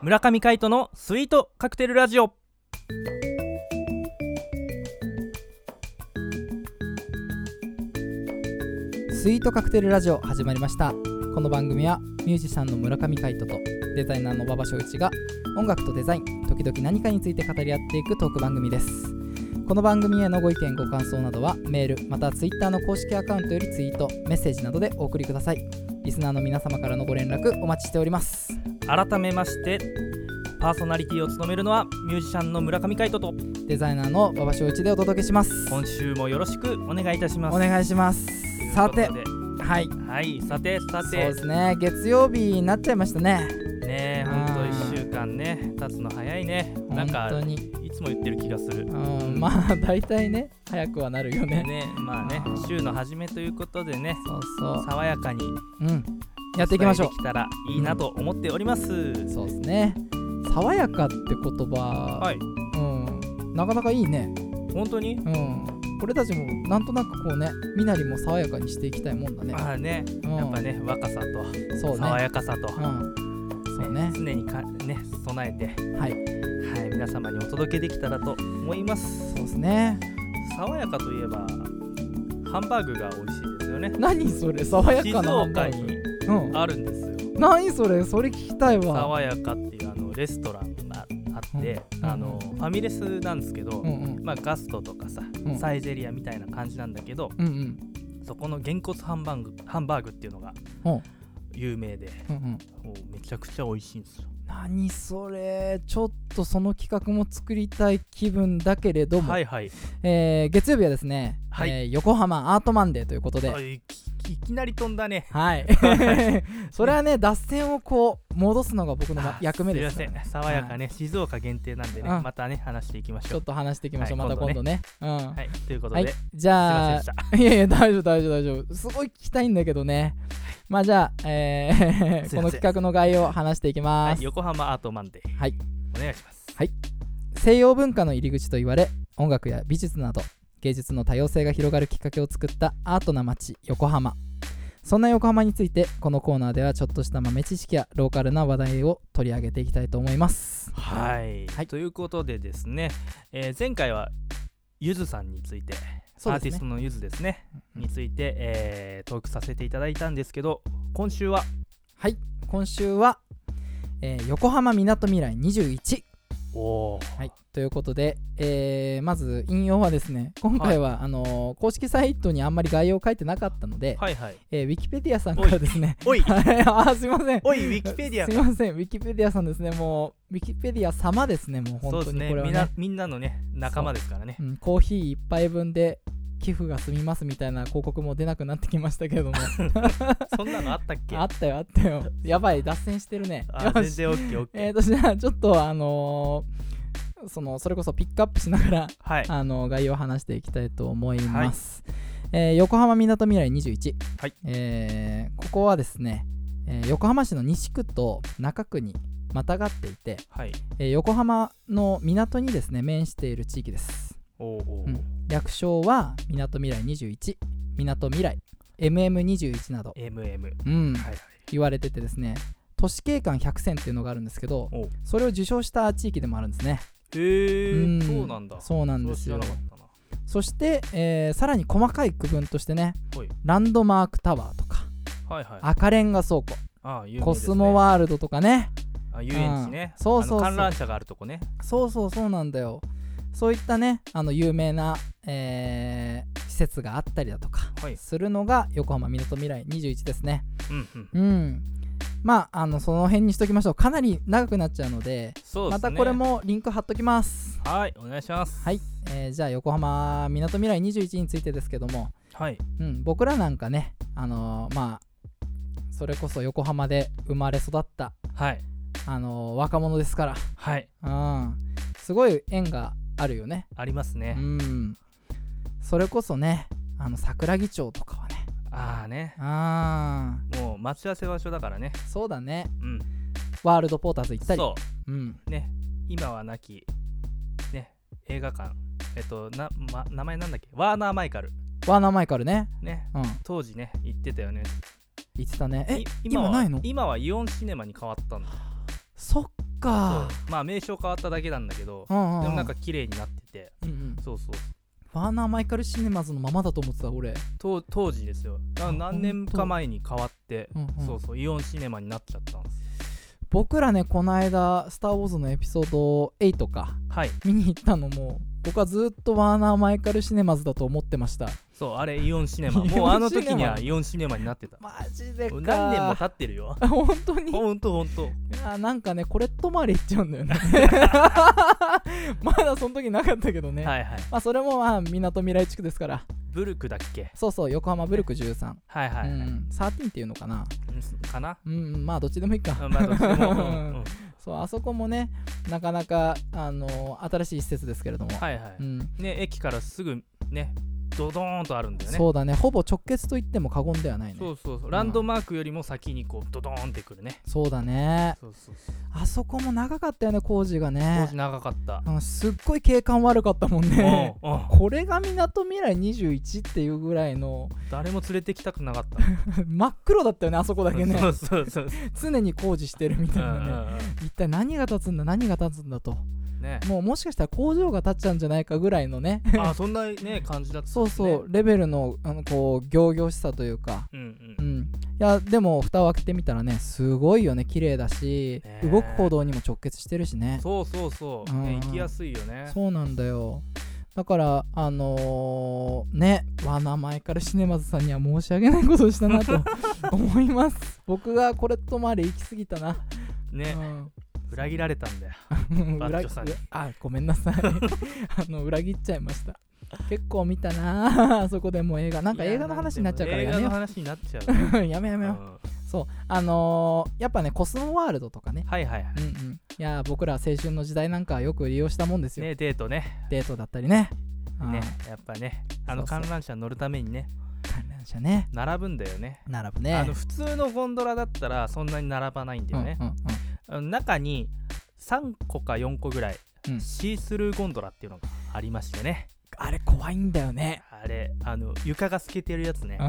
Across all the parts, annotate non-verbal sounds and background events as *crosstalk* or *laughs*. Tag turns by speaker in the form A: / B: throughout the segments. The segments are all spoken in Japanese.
A: 村上海人のスイートカクテルラジオ
B: スイートカクテルラジオ始まりましたこの番組はミュージシャンの村上海人とデザイナーの馬場翔一が音楽とデザイン時々何かについて語り合っていくトーク番組ですこの番組へのご意見ご感想などはメールまたはツイッターの公式アカウントよりツイートメッセージなどでお送りくださいリスナーの皆様からのご連絡お待ちしております
A: 改めましてパーソナリティを務めるのはミュージシャンの村上海人と
B: デザイナーの馬場翔一でお届けします
A: 今週もよろしくお願いいたします
B: お願いしますさ
A: とい
B: て
A: うこと
B: はい
A: ではいさてさ
B: そう
A: て
B: ですね月曜日になっちゃいましたね
A: ねえ
B: あ
A: ほん
B: ー
A: と1週間ね経つの早いねなん
B: 本
A: か
B: 当に
A: いつも言ってる気がする
B: うんまあ *laughs* 大体ね早くはなるよね
A: ねまあね
B: あー
A: 週の初めということでね
B: そうそう
A: 爽やかに
B: うんやっていきましょ
A: お伝えできたらいいなと思っております、
B: うそうですね爽やかって言葉、
A: はい
B: うんなかなかいいね
A: 本当に
B: うん俺たちもなんとなくこうね身なりも爽やかにしていきたいもんだね
A: まあね
B: うん
A: やっぱね若さと
B: そう
A: 爽
B: ね
A: やかさと、
B: うんそうね
A: 常にかね備えて、
B: はい
A: はい、皆様にお届けできたらと思います
B: そうですね
A: 爽やかといえばハンバーグが美味しいですよね
B: 何それ爽や
A: 静
B: かなハンバ
A: 岡
B: ーグ
A: に
B: うん
A: あるんですよ
B: 何それそれ聞きたいわ
A: 爽やかっていうあのレストランがあって、
B: うん
A: あのファミレスなんですけど、
B: うんうん
A: まあ、ガストとかさ、
B: うん
A: サイゼリアみたいな感じなんだけど
B: うんうん
A: そこのげんこつハンバーグハンバーグっていうのが
B: うん
A: 有名で
B: うんうん
A: もうめちゃくちゃ美味しいんですよ
B: 何それちょっとその企画も作りたい気分だけれども、
A: はいはい
B: えー月曜日はですね、
A: はい
B: えー横浜アートマンデーということで、
A: あいきいきなり飛んだね *laughs*
B: はい、それはね脱線をこう戻すのが僕のま
A: あ
B: 役目です
A: す
B: か
A: い
B: ら
A: ま
B: ね
A: せん爽やかね、静岡限定なんでね
B: うん
A: またね話していきまし
B: ち
A: ょ
B: ょ
A: う
B: っと話していきましょう、
A: はい
B: また今度ねうん
A: はいということ
B: は
A: で、
B: い
A: すい
B: じ
A: ません
B: ゃ
A: でした
B: あいやいや大丈夫大丈夫大丈夫すごい聞きたいんだけどねまあじゃあ、えー
A: すいません
B: この企画の概要を話していきま
A: は
B: す
A: い、、横浜アートマンデー
B: はい
A: お願いします
B: 西洋文化の入り口と言われ音楽や美術など芸術の多様性が広がるきっかけを作ったアートな街横浜そんな横浜についてこのコーナーではちょっとした豆知識やローカルな話題を取り上げていきたいと思います
A: はい、
B: はい
A: ということでですね、えー前回はゆずさんについて、
B: そ
A: ア
B: う
A: ーテ
B: で
A: ィス
B: す
A: ト
B: ね
A: のゆずですね
B: うん
A: について、えートークさせていただいたんですけど今週は
B: はい今週は、えー横浜みなとみらい21、
A: おお
B: はい、ということで、えーまず引用はですね今回は、あのー公式サイトにあんまり概要書いてなかったので、
A: はいはい
B: えーウィキペディアさんからですね
A: おい
B: はいあーすいません
A: おいウィキペ *laughs* ディア
B: すみません、ウィキペディアさんですね、もう、ウィキペディア様ですね、もう
A: そう
B: 本
A: で
B: 当
A: す
B: に
A: ね
B: これは
A: み
B: ね。
A: んなみんなのね仲間ですからね
B: うん、コーヒー一杯分で寄付が済みますみたいな広告も出なくなってきまし
A: *laughs*
B: たけれども、
A: そんなのあったっけ
B: あったよ、あったよ。やばい、脱線して
A: *laughs*
B: るね。
A: あ
B: よ
A: 全
B: し。
A: 然オッケーオッケー、
B: えーと、じゃあ、ちょっと、あのーその、それこそピックアップしながら、 *laughs*
A: はい
B: あの概要を話していきたいと思います、えー横浜みなとみらい21、
A: はい
B: えーここはですね、えー横浜市の西区と中区にまたがっていて、
A: はい
B: えー横浜の港にですね面している地域です
A: おおおー
B: うん略称はみなとみらい21みなとみらい MM21 など、
A: MM はい
B: うん、
A: はい
B: 言われててですね都市景観100選っていうのがあるんですけど
A: おう
B: それを受賞した地域でもあるんですね
A: へえ
B: うん
A: そうなんだ
B: そうなんですよ
A: それは知らなかっ
B: そして、えーさらに細かい区分としてね
A: はい
B: ランドマークタワーとか
A: たなはいはい
B: 赤レンガ倉庫、
A: ああ有名ですね
B: コスモワールドとかね
A: あ遊園地ね、
B: うんそうそうそう
A: あの観覧車があるとこね
B: そうそうそうなんだよそういったねあの有名な、えー施設があったりだとか
A: はい
B: するのが横浜みなとみらい21ですね
A: うんうん
B: うんまああのその辺にしときましょうかなり長くなっちゃうので
A: そうで
B: ます
A: ね
B: たこれもリンク貼っときます
A: はいお願いします
B: はい、えーじゃあ横浜みなとみらい21についてですけども、
A: はい
B: うん、僕らなんかねあのーまあそれこそ横浜で生まれ育った、
A: はい
B: あのー若者ですから
A: はい
B: うんすごい縁があるよね
A: あります
B: う
A: ね、
B: んそれこそねあの桜木町とかはね
A: ああね
B: あ
A: もう待ち合わせ場所だからね
B: ーそうだね
A: うん
B: ワールドポーターズ行ったり、
A: そう
B: ん、
A: うね今はなきね映画館えっとな、ま、名前なんだっけワーナーマイカル
B: ワーナーマイカルね
A: ね
B: うん
A: 当時ね行ってたよね
B: 言ってたねえ
A: い
B: 今
A: は
B: ないの
A: 今はイオンシネマに変わったんだ
B: そっか
A: そうまあ名称変わっただけなんだけど
B: う、んうんうん
A: でもなんか綺麗になってて
B: うんうん
A: そうそう
B: ワーナー・マイカル・シネマズのままだと思ってた俺、
A: 当当時ですよな何年か前に変わって、
B: うんうん
A: そうそうイオンシネマになっちゃったんです
B: 僕らねこの間「スター・ウォーズ」のエピソード8か
A: はい
B: 見に行ったのも僕はずっとワーナー・マイカル・シネマズだと思ってました
A: そうあれイオンシネ
B: *laughs* イオ
A: マ
B: ンシネ
A: もう
B: マ
A: あの時にはイオンシネマになってた
B: マジでか
A: 何年も経ってるよ
B: *laughs* 本当に
A: ほんとほんと
B: あなんかねこれとまりいっちゃうん
A: *laughs*
B: だよねまだその時なかったけどね、
A: はいはい
B: まあそれもまあみなとみらい地区ですから
A: ブルクだっけ
B: そうそう横浜ブルク13、
A: はいはいはい、
B: う
A: うん
B: ん、13っていうのかな
A: かな
B: うんうんまあどっちでもいいか、
A: うんまあどっちでも、うんうん
B: *laughs* そうあそこもねなかなかあの新しい施設ですけれども、
A: はいはい、
B: うん
A: ね駅からすぐねドドーンとあるんだよね
B: そうだねほぼ直結と言っても過言ではないね
A: そ
B: そう
A: うそうそうランドマークよりも先にこうドドーンってくるね
B: だね
A: そうそうそう
B: あそこも長かったよね工事が
A: 当
B: ね
A: 時長かった
B: うんすっごい景観悪かったもんね
A: うんうん
B: これがみなとみらい21っていうぐらいの
A: 誰も連れてきたくなかった
B: 真っ黒だったよねあそこだけね
A: そうそうそうそう
B: 常に工事してるみた
A: う
B: い
A: んう
B: なね
A: ん
B: 一体何が立つんだ何が立つんだと
A: うん
B: *laughs*
A: ね
B: もうもしかしたら工場が立っちゃうんじゃないかぐらいのね
A: あそんなね感じだった
B: そうそうレベルのあのこう仰々しさというか
A: うんう
B: うんん、いやでも蓋を開けてみたらねすごいよね綺麗だし、
A: ねえ
B: 動く歩道にも直結してるしね
A: そうそうそう
B: うんうん
A: ね行きやすいよね
B: そうなんだよだからあのーねわ名前からシネマズさんには申し訳ないことをしたなと思います僕がこれとまで行き過ぎたな、
A: ね裏切られたんだよ
B: うん
A: バッチョさんに
B: 裏あごめんな
A: *laughs*
B: さいあの裏切っちゃいました結構見たな *laughs* あそこでもう映画なんか映画の話になっちゃうから
A: いや
B: や
A: でも
B: め
A: 映画
B: よ
A: の話になっちゃうね
B: う *laughs* やめようやめよう
A: うん
B: そうあのーやっぱねコスモワールドとかね
A: はいはいはい
B: うんうん、いやー僕ら青春の時代なんかはよく利用したもんですよ、
A: ねデートね
B: デートだったりね
A: ねやっぱねあの
B: そうそう
A: 観覧車乗るためにね
B: あー観覧車ね
A: 並ぶんだよね
B: 並ぶね
A: あの普通のゴンドラだったらそんなに並ばないんだよね、
B: うんうんうん
A: あの中に3個か4個ぐらい、
B: うん
A: シースルーゴンドラっていうのがありましてね
B: あれ怖いんだよね
A: あれあの床が透けてるやつね
B: う、ん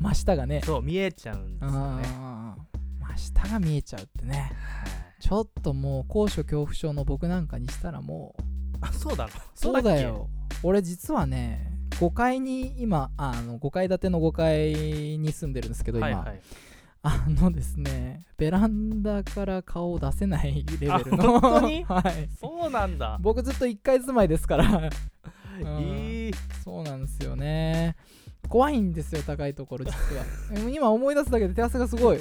B: 真下がね
A: そう見えちゃうんで
B: うん
A: す
B: うん
A: よ
B: うん
A: ね、
B: 真下が見えちゃうってね
A: はい
B: ちょっともう高所恐怖症の僕なんかにしたらもう
A: あそうだろ
B: そうだ
A: っ
B: よ俺実はね5階に今ああの5階建ての5階に住んでるんです
A: け
B: けど今、
A: はいはい
B: あのですね、ベランダから顔を出せないレベル
A: あ
B: の。
A: 本当に
B: *laughs* はい。
A: そうなんだ、
B: 僕ずっと1階住まいで
A: *laughs*
B: すから。
A: え
B: ん
A: ー
B: そうなんですよね。怖いんですよ、高いところ、実は。 *laughs* でも今思い出すだけで手汗がすごい。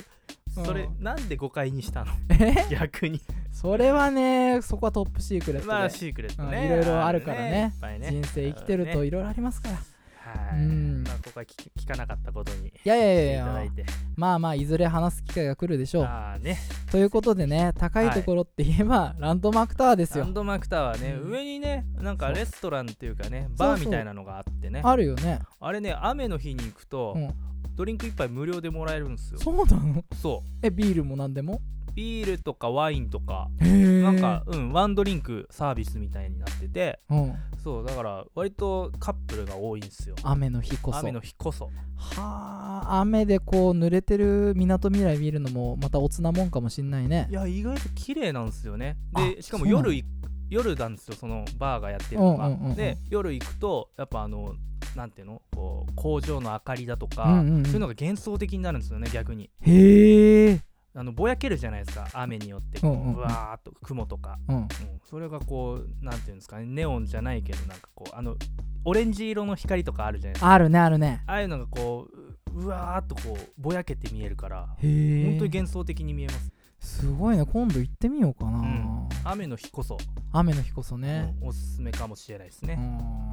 A: それ
B: うん
A: なんで誤解にしたの
B: え
A: 逆に
B: それはね、そこはトップシークレットで。
A: まあシークレットね、
B: うんいろいろあるからね
A: いっぱいね
B: 人生生きてるといろいろありますから。
A: はい、
B: うん
A: まあ、ここは聞き聞かなかったことにし
B: いやいやい
A: てい
B: や
A: ただ
B: い
A: いて
B: や、まあまあ、いずれ話す機会が来るでしょう。
A: ああね
B: ということでね、高いところって言えば、ランドマークタワーです
A: ラ
B: よ
A: ン。ドマークタワーね、
B: うん
A: 上にねなんか
B: そう
A: レストランっていうかね
B: そう
A: バーみたいなのがあってねあ
B: あるよね。
A: れね雨の日に行くと、
B: うん
A: ドリンク1杯無料でもらえるんですよ
B: そうなの
A: そう
B: え、ビールも何でも
A: ビールとかワインとか
B: な
A: なんか、うんワンドリンクサービスみたいになってて
B: うん、
A: そうだから割とカップルが多いんですよ
B: 雨の日こそ
A: 雨の日こそ
B: はあ雨でこう濡れてるみなとみらい見るのもまたおつなもんかもしんないね
A: いや意外と綺麗なんですよね
B: あ
A: でしかも
B: そうなの
A: 夜い夜なんですよそのバーがやってるのが、
B: うんうんうんうん
A: で夜行くとやっぱあのなんていうのこう工場の明かりだとか、
B: うんうんうん
A: そういうのが幻想的になるんですよね逆に
B: へえ
A: あのぼやけるじゃないですか雨によってこう,、
B: うんうんうん
A: わーっと雲とか、
B: うん
A: うんそれがこうなんていうんですかねネオンじゃないけどなんかこうあのオレンジ色の光とかあるじゃないですか
B: あるねあるね
A: ああいうのがこうううわーっとこうぼやけて見えるから
B: へえ
A: 本当に幻想的に見えます、
B: すごいね今度行ってみようかな、
A: うん雨の日こそ、
B: 雨の日こそね
A: うんおすすめかもしれないです
B: うー
A: ね、
B: ん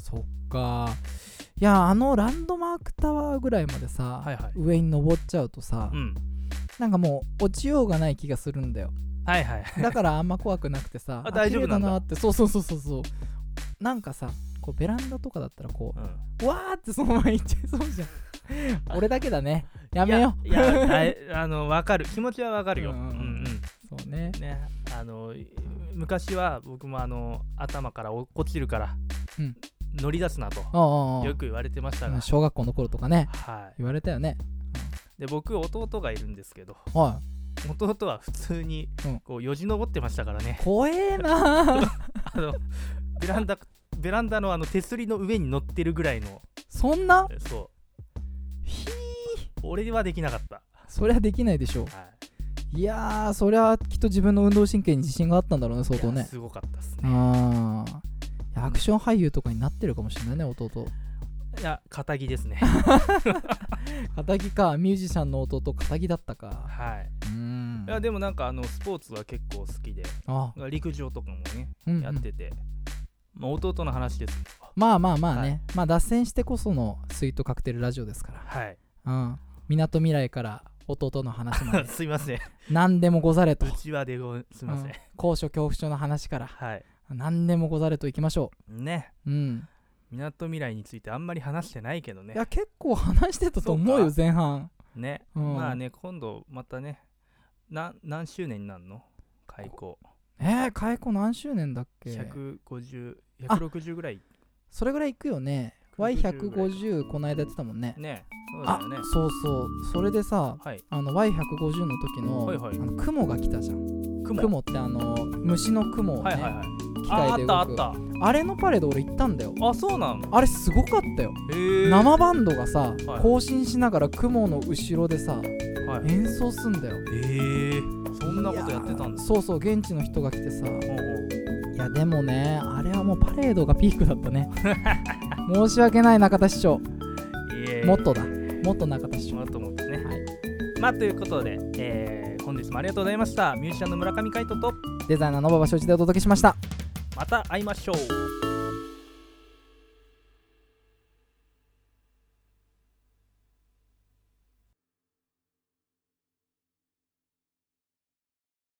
B: そっかいやあのランドマークタワーぐらいまでさ、
A: はいはい
B: 上に登っちゃうとさ、
A: うん
B: なんかもう落ちようがない気がする
A: *laughs*
B: んだよ
A: はいはい
B: だからあんま怖くなくてさ
A: あ大丈夫なんだ
B: あ綺麗なってそうそうそうそうそうなんかさこうベランダとかだったらこ
A: うん
B: うわーってそのまま行っちゃいそう
A: *laughs*
B: じゃん俺だけだねやめよう
A: いやいやだいあの分かる気持ちは分かるよ、
B: う
A: うんん
B: う
A: うんん
B: うん *laughs* そうね
A: ねあのい昔は僕もあの頭から落っこちるから、
B: うん
A: 乗り出すなと
B: ああ
A: よく言われてました
B: う
A: が
B: ん、小学校の頃とかね
A: は
B: 言われたよね
A: い、で僕弟がいるんですけど
B: は
A: 弟は普通に
B: うん
A: こうよじ登ってましたからね、 *laughs*
B: 怖えなあ
A: あのベランダベランダのあの手すりの上に乗ってるぐらいの
B: そんな
A: えそう
B: ひー
A: 俺はできなかった、
B: そりゃできないでしょ
A: はい
B: やーそりゃきっと自分の運動神経に自信があったんだろうね
A: い、
B: 相当
A: いや
B: ね
A: すごかったっすね
B: あーいやアクション俳優とかになってるかもしれないね
A: *laughs*
B: 弟
A: いや肩着です
B: *laughs*
A: ね
B: 片木かミュージシャンの弟片木だったか
A: は
B: うーん
A: いいやでもなんかあのスポーツは結構好きで
B: あ、
A: 陸上とかもね
B: うんうん
A: やってて、まあ、弟の話ですけど
B: まあまあまあね、
A: は
B: まあ脱線してこそのスイートカクテルラジオですか
A: はい
B: らうんみなとみらいから弟の話ま
A: *laughs* *laughs*
B: で
A: あすいません
B: 何でもござれと
A: うちはでごすいません、
B: うん高所恐怖症の話から
A: はい
B: 何でもござれといきましょ
A: ね
B: ううん
A: みなとみらいについてあんまり話してないけどね
B: いや結構話してたと思う
A: そ
B: よ
A: う
B: 前半
A: ね、
B: うん
A: まあね今度またねな何周年になるの開校
B: えー、開校何周年だっけあ
A: 150160ぐらい
B: それぐらいいくよね
A: 150ぐらい
B: Y150 この間やってたもんね
A: ねそうだ
B: あ
A: よね
B: そうそうそれでさ
A: はい
B: あの Y150 の時の,、
A: はいはい
B: あの雲が来たじゃん
A: 雲
B: 雲ってあの虫の雲をね、
A: はいはいはい
B: 機
A: ああ
B: 械
A: っ
B: で動く
A: た
B: あ
A: あった
B: れのパレード俺行ったんだよ
A: あそうなの
B: あれすごかったよ
A: へえ
B: 生バンドがさ、
A: はい
B: 行進しながら雲の後ろでさ
A: はい
B: 演奏すんだよ
A: へえそんなことやってたん
B: い
A: だ
B: やそうそう現地の人が来てさ
A: ほうほ
B: いやでもねあれはもうパレードがピークだっ
A: *laughs*
B: たね申し訳ない中田師匠
A: ういえいえ
B: もっとだもっと中田師匠
A: もっともっとね
B: はい
A: まあということで、えー本日もありがとうございましたミュージシャンの村上海人と
B: デザイナーの馬場所一でお届けしました
A: また会いましょう